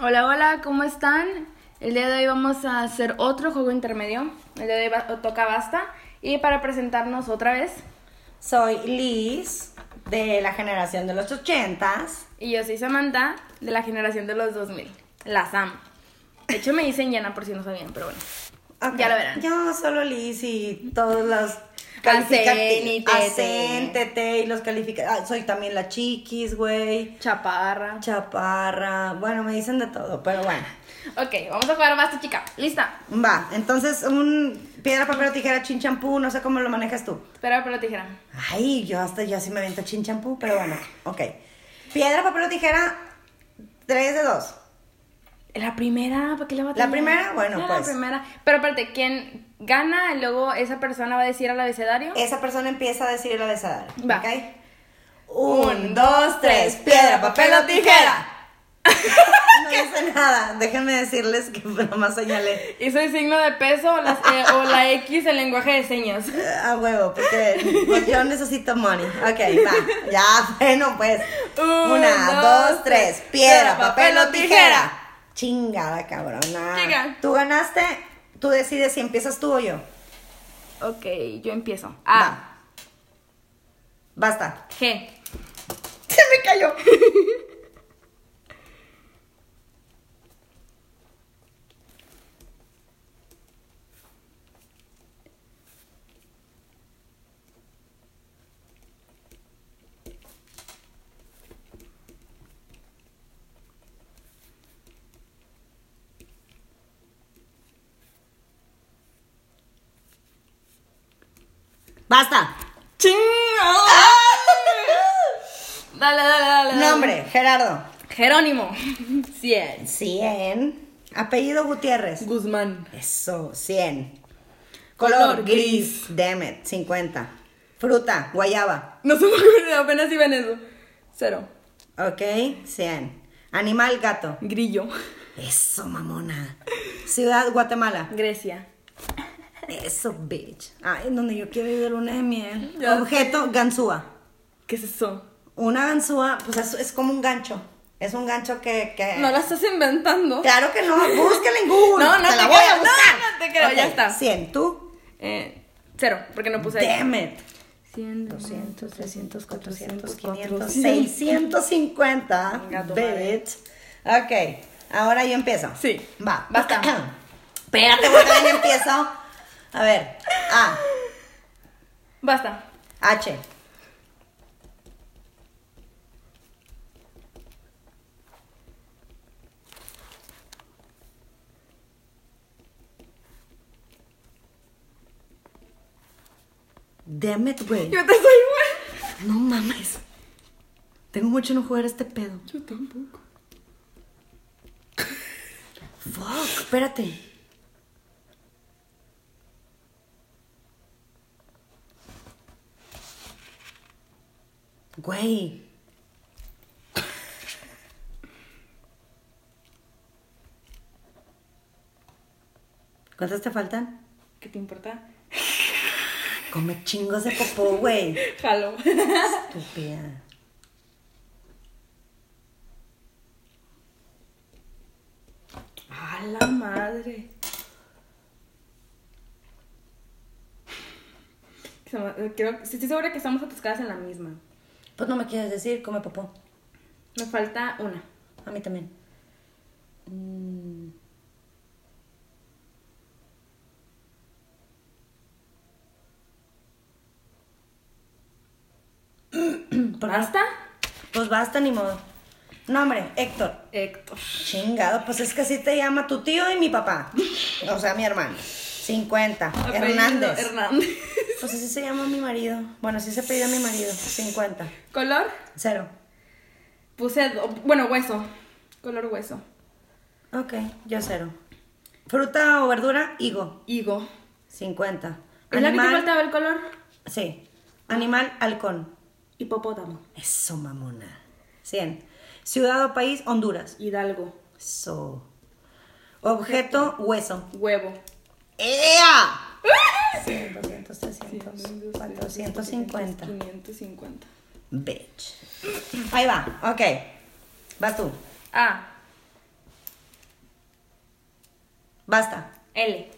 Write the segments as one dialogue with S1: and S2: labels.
S1: Hola, hola, ¿cómo están? El día de hoy vamos a hacer otro juego intermedio. El día de hoy va- toca basta. Y para presentarnos otra vez,
S2: Soy Liz, de la generación de los ochentas.
S1: y yo soy Samantha, de la generación de los 2000. Las amo. De hecho, me dicen llena por si no sabían, pero bueno.
S2: Ok,
S1: Ya lo verán.
S2: Yo solo Liz y todos los
S1: Acen y
S2: calificativos.
S1: tete.
S2: Acen, tete y los calificativos. soy también la chiquis, güey.
S1: Chaparra.
S2: Chaparra. Bueno, me dicen de todo, pero bueno.
S1: Ok, vamos a jugar basta, chica. ¿Lista?
S2: Va, entonces un piedra, papel o tijera, chin champú, no sé cómo lo manejas tú.
S1: Espera, pero tijera.
S2: Ay, yo hasta yo sí me aviento chin champú, pero bueno, ok. Piedra, papel o tijera, tres de dos.
S1: La primera, ¿para qué le va a
S2: La primera, bueno,
S1: Ah,
S2: pues.
S1: La primera. Pero aparte, quien gana, luego esa persona va a decir al abecedario.
S2: Esa persona empieza a decir el abecedario.
S1: Va.
S2: ¿Ok? Un, dos, tres. Piedra, papel o tijera. No hice nada. Déjenme decirles que nomás señalé
S1: Hizo el signo de peso o, las- eh, o la X en lenguaje de señas.
S2: eh, a huevo, porque pues, yo necesito money. Ok, va. Ya, bueno, pues.
S1: Un,
S2: Una,
S1: dos,
S2: dos, tres. Piedra, papel o tijera. Chingada, cabrona.
S1: Chica.
S2: Tú ganaste. Tú decides si empiezas tú o yo.
S1: Ok, yo empiezo. A,
S2: Va. Basta.
S1: G,
S2: Se me cayó. Basta.
S1: ching. Dale, dale,
S2: Ah.
S1: dale. dale.
S2: Nombre, Gerardo.
S1: Jerónimo. 100.
S2: 100. Apellido Gutiérrez.
S1: Guzmán.
S2: Eso, 100.
S1: Color,
S2: Color,
S1: gris.
S2: gris. Damn it, 50. Fruta, guayaba.
S1: No se me ocurrió, apenas iba en eso. Cero.
S2: Ok, 100. Animal, gato.
S1: Grillo.
S2: Eso, mamona. Ciudad, Guatemala.
S1: Grecia.
S2: Eso, bitch. Ah, en donde yo quiero ir de luna de miel.
S1: Ya.
S2: Objeto, ganzúa.
S1: ¿Qué es eso?
S2: Una ganzúa, pues es, es como un gancho. Es un gancho que... que-
S1: No la estás inventando.
S2: Claro que no, búscala en Google.
S1: No, no
S2: te, la
S1: te
S2: voy a
S1: creo, no,
S2: buscar.
S1: no te creo, ya
S2: Ok,
S1: está.
S2: 100, tú.
S1: Eh, cero, porque no puse ahí.
S2: Damn it.
S1: 100,
S2: 200, 300, 400, 500,
S1: 600.
S2: 650.
S1: Gato madre.
S2: Bebet. Ok, ahora yo empiezo.
S1: Sí.
S2: Va.
S1: Basta.
S2: Espérate, güey, todavía no empiezo. A ver. A.
S1: Basta.
S2: H. Damn it, güey.
S1: Yo te soy igual.
S2: No mames. Tengo mucho no jugar a este pedo.
S1: Yo tampoco.
S2: Fuck, espérate. Güey. ¿Cuántas te faltan?
S1: ¿Qué te importa?
S2: Come chingos de popó, güey.
S1: Jalo.
S2: Estúpida.
S1: A la madre. Estamos- eh, Creo, sí, estoy segura que estamos atascadas en la misma.
S2: Pues no me quieres decir, come popó.
S1: Me falta una.
S2: A mí también. Mm. Pues
S1: ¿Basta?
S2: Pues basta, ni modo. Nombre, Héctor.
S1: Héctor.
S2: Chingado, pues es que así te llama tu tío y mi papá. O sea, mi hermano. 50.
S1: Apellido
S2: Hernández.
S1: Hernández.
S2: Pues así se llama mi marido. Bueno, así se pidió mi marido. 50.
S1: Color.
S2: Cero.
S1: Puse, do- bueno, hueso. Color hueso.
S2: Ok, yo cero. Fruta o verdura, higo.
S1: Higo.
S2: 50.
S1: ¿Es la que te faltaba el color?
S2: Sí. Animal, halcón.
S1: Hipopótamo.
S2: Eso, mamona. 100. Ciudad o país, Honduras.
S1: Hidalgo.
S2: Eso. Objeto, hueso.
S1: Huevo.
S2: ¡Ea! 100, 200, 300, 450.
S1: 550. Ah,
S2: Bitch. Ahí va, ok. Vas tú.
S1: A.
S2: Basta.
S1: L.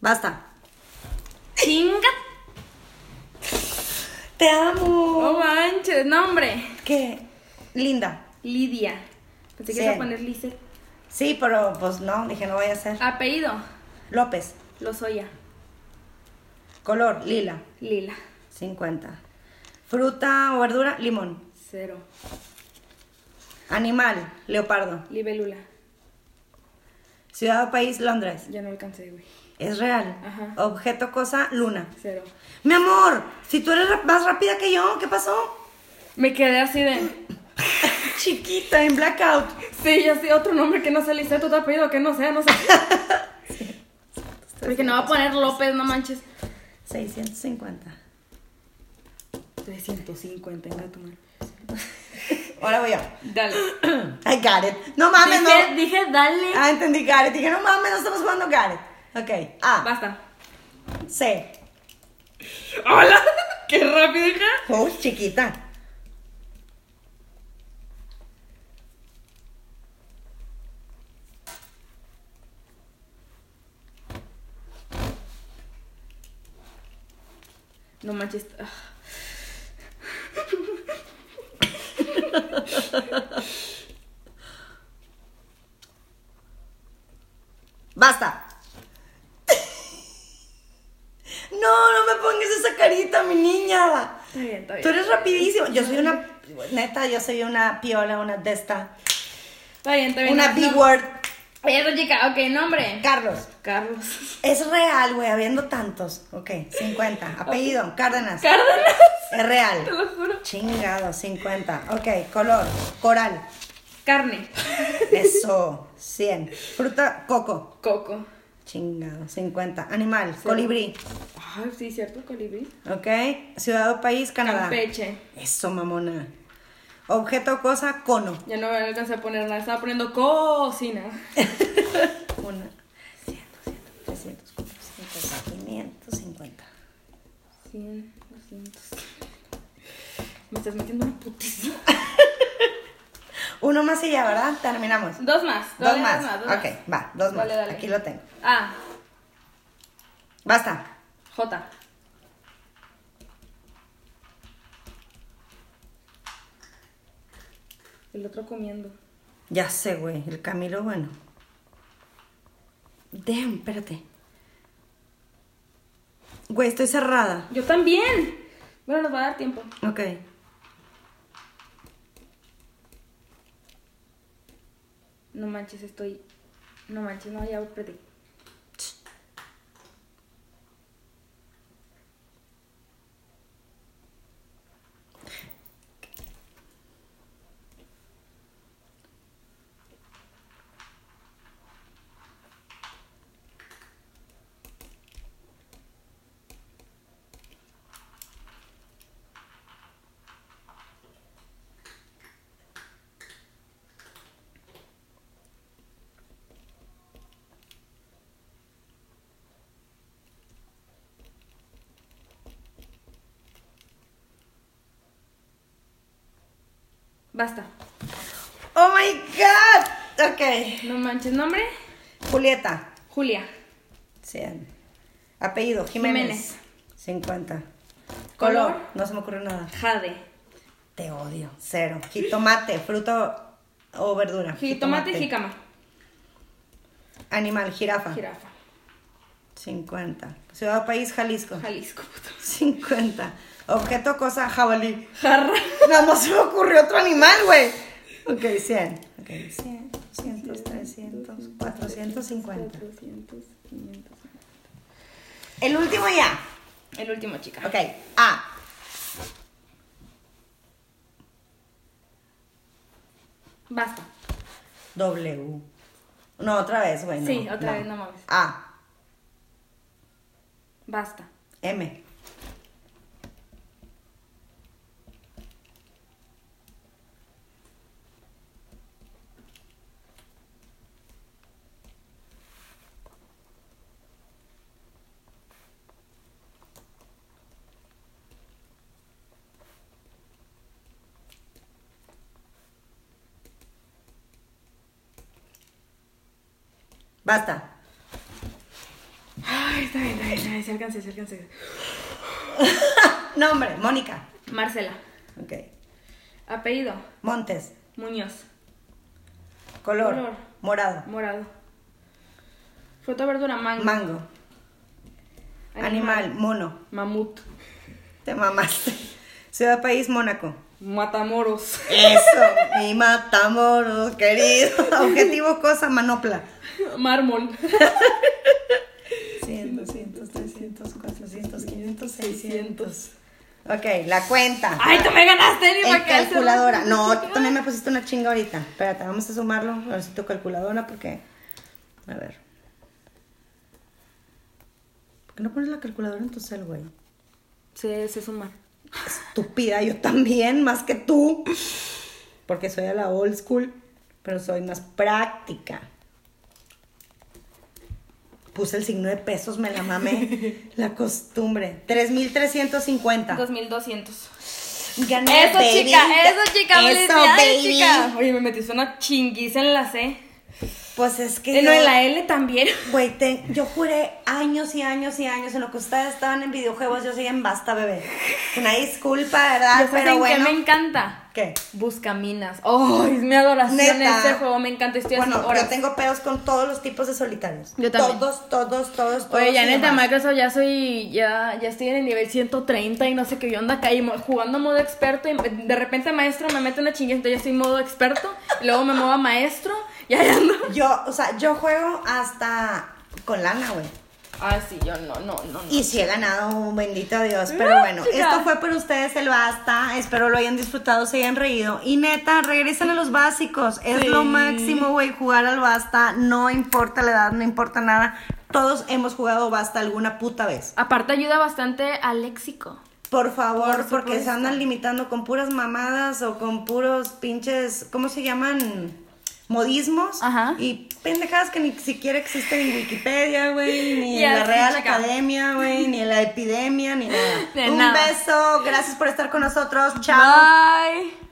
S2: Basta.
S1: Chinga.
S2: Te amo.
S1: No manches, nombre.
S2: ¿Qué? Linda.
S1: Lidia. Pensé que
S2: Sí.
S1: ibas a poner Lizeth.
S2: Sí, pero pues no, dije no voy a ser.
S1: Apellido.
S2: López.
S1: Lozoya.
S2: Color, lila.
S1: Lila.
S2: 50. Fruta o verdura, limón.
S1: Cero.
S2: Animal, leopardo.
S1: Libélula.
S2: Ciudad o país, Londres.
S1: Ya no alcancé, güey.
S2: Es real.
S1: Ajá.
S2: Objeto, cosa, luna.
S1: Cero.
S2: Mi amor, si tú eres ra- más rápida que yo, ¿qué pasó?
S1: Me quedé así de.
S2: Chiquita, en blackout.
S1: Sí, ya sí, otro nombre que no sea Lizeth, otro apellido que no sea, no sé. Porque no va a poner López, no manches.
S2: 650.
S1: 350, venga tu madre.
S2: Ahora voy yo.
S1: Dale.
S2: I got it. No mames,
S1: dije,
S2: Ah, no.
S1: dije, dale.
S2: Ah, entendí Gareth. Dije, no mames, no estamos jugando Gareth. Ok. A.
S1: Basta.
S2: C.
S1: ¡Hola! ¡Qué rápido, hija!
S2: Oh, chiquita.
S1: No manches. ah.
S2: Basta. No, no me pongas esa carita, mi niña.
S1: Está bien, está bien.
S2: Tú eres rapidísimo. Yo soy una, neta, yo soy una piola, una de esta.
S1: Está bien, está bien.
S2: Una
S1: No,
S2: big
S1: no.
S2: word.
S1: Oye, Rochica, ok, nombre.
S2: Carlos.
S1: Carlos.
S2: Es real, güey, habiendo tantos. Ok, 50. Apellido, Cárdenas.
S1: Cárdenas,
S2: Es
S1: te
S2: real.
S1: lo juro.
S2: Chingado, 50. Ok, color, coral.
S1: Carne.
S2: Eso, 100. Fruta, coco.
S1: Coco.
S2: Chingado, 50. Animal, colibrí.
S1: Ay, sí, cierto, colibrí.
S2: Ok, ciudad o país, Canadá.
S1: Campeche.
S2: Eso, mamona. Objeto, cosa, cono.
S1: Ya no me alcancé a poner nada. Estaba poniendo cocina.
S2: Una, 100, 200, 300, 400, 550.
S1: 100, 200. Me estás metiendo una putísima.
S2: Uno más y ya, ¿verdad? Terminamos.
S1: Dos más.
S2: Dos
S1: dale,
S2: más.
S1: dos
S2: Ok, va, dos más.
S1: Dale, dale.
S2: Aquí lo tengo.
S1: A.
S2: Basta.
S1: J. El otro comiendo.
S2: Ya sé, güey. El Camilo, bueno. Damn, espérate. Güey, estoy cerrada.
S1: Yo también. Bueno, nos va a dar tiempo.
S2: Ok.
S1: No manches, estoy. No manches, no, ya perdí. Basta.
S2: Oh my god. Ok.
S1: No manches, nombre.
S2: Julieta.
S1: Julia.
S2: 100. Apellido, Jiménez.
S1: Jiménez.
S2: 50.
S1: Color.
S2: Color. No se me ocurre nada.
S1: Jade.
S2: Te odio. Cero. Jitomate, fruto o verdura.
S1: Jitomate, jicama.
S2: Animal, jirafa.
S1: Jirafa.
S2: 50. Ciudad o país, Jalisco.
S1: Jalisco. puto.
S2: 50. Objeto, cosa, jabalí.
S1: Jarra.
S2: No, no se me ocurrió otro animal, güey. Ok, 100. Ok, 100, 200, 300, 450.
S1: 400, 500.
S2: El último ya.
S1: El último, chica.
S2: Ok, A.
S1: Basta.
S2: W. No, otra vez, güey. no,
S1: Sí, otra vez, no mames.
S2: A.
S1: Basta.
S2: M. Basta.
S1: Ay, está bien, está bien, está bien. Acérquense, acérquense.
S2: Nombre, Mónica.
S1: Marcela.
S2: Ok.
S1: Apellido.
S2: Montes.
S1: Muñoz.
S2: Color.
S1: Color.
S2: Morado.
S1: Morado. Fruta, verdura, mango.
S2: Mango. Animal, mono.
S1: Mamut.
S2: Te mamaste. Ciudad, país, Mónaco.
S1: Matamoros.
S2: Eso, mi matamoros, querido. Objetivo, cosa, manopla.
S1: Mármol.
S2: 100, 200, 300, 400, 500,
S1: 600.
S2: Ok, la cuenta.
S1: Ay, tú me ganaste, ni
S2: En
S1: para
S2: calculadora. No, tú también me pusiste una chinga ahorita. Espérate, vamos a sumarlo. A ver si tu calculadora, porque. A ver. ¿Por qué no pones la calculadora en tu cel, güey?
S1: Se, se suma.
S2: Estúpida, yo también, más que tú. Porque soy a la old school, pero soy más práctica. Puse el signo de pesos, me la mamé. La costumbre. 3,350.
S1: 2200.
S2: Gané,
S1: Eso,
S2: baby.
S1: chica, eso, chica,
S2: Eso,
S1: felicidades,
S2: baby.
S1: chica. Oye, me metiste una chinguiza en la C.
S2: Pues es que.
S1: Eh, No,
S2: yo-
S1: en la L también.
S2: Güey, te- yo juré años y años y años en lo que ustedes estaban en videojuegos, yo soy en basta, bebé. Una disculpa, ¿verdad?
S1: Ya saben
S2: Ah, Pero
S1: que
S2: bueno.
S1: me encanta.
S2: ¿Qué?
S1: Buscaminas. Oh, es mi adoración
S2: Neta.
S1: este juego. Me encanta. Estoy
S2: bueno,
S1: haciendo horas.
S2: yo tengo pedos con todos los tipos de solitarios.
S1: Yo también.
S2: Todos, todos, todos, todos.
S1: Oye, ya
S2: y
S1: neta,
S2: demás.
S1: Microsoft ya soy, ya, ya estoy en el nivel 130 y no sé qué yo anda acá y mo- jugando modo experto y de repente maestro me mete una chingueza, entonces ya estoy en modo experto, y luego me muevo a maestro y ahí ando.
S2: Yo, o sea, yo juego hasta con lana, güey.
S1: Ah, sí, yo no, no, no, no.
S2: Y si he ganado, un bendito Dios. Pero
S1: No,
S2: bueno,
S1: chica.
S2: esto fue por ustedes el basta. Espero lo hayan disfrutado, se hayan reído. Y neta, regresen a los básicos. Es
S1: Sí.
S2: lo máximo, güey, jugar al basta. No importa la edad, no importa nada. Todos hemos jugado basta alguna puta vez.
S1: Aparte ayuda bastante al léxico.
S2: Por favor,
S1: Por
S2: porque se
S1: supuesto.
S2: andan limitando con puras mamadas o con puros pinches, ¿cómo se llaman? Modismos
S1: Ajá.
S2: y pendejadas que ni siquiera existen en Wikipedia, güey, ni
S1: Ya
S2: en la
S1: sé,
S2: Real
S1: chica.
S2: Academia, güey, ni en la epidemia, ni nada.
S1: De
S2: Un
S1: nada.
S2: beso, gracias por estar con nosotros, chao.
S1: Bye.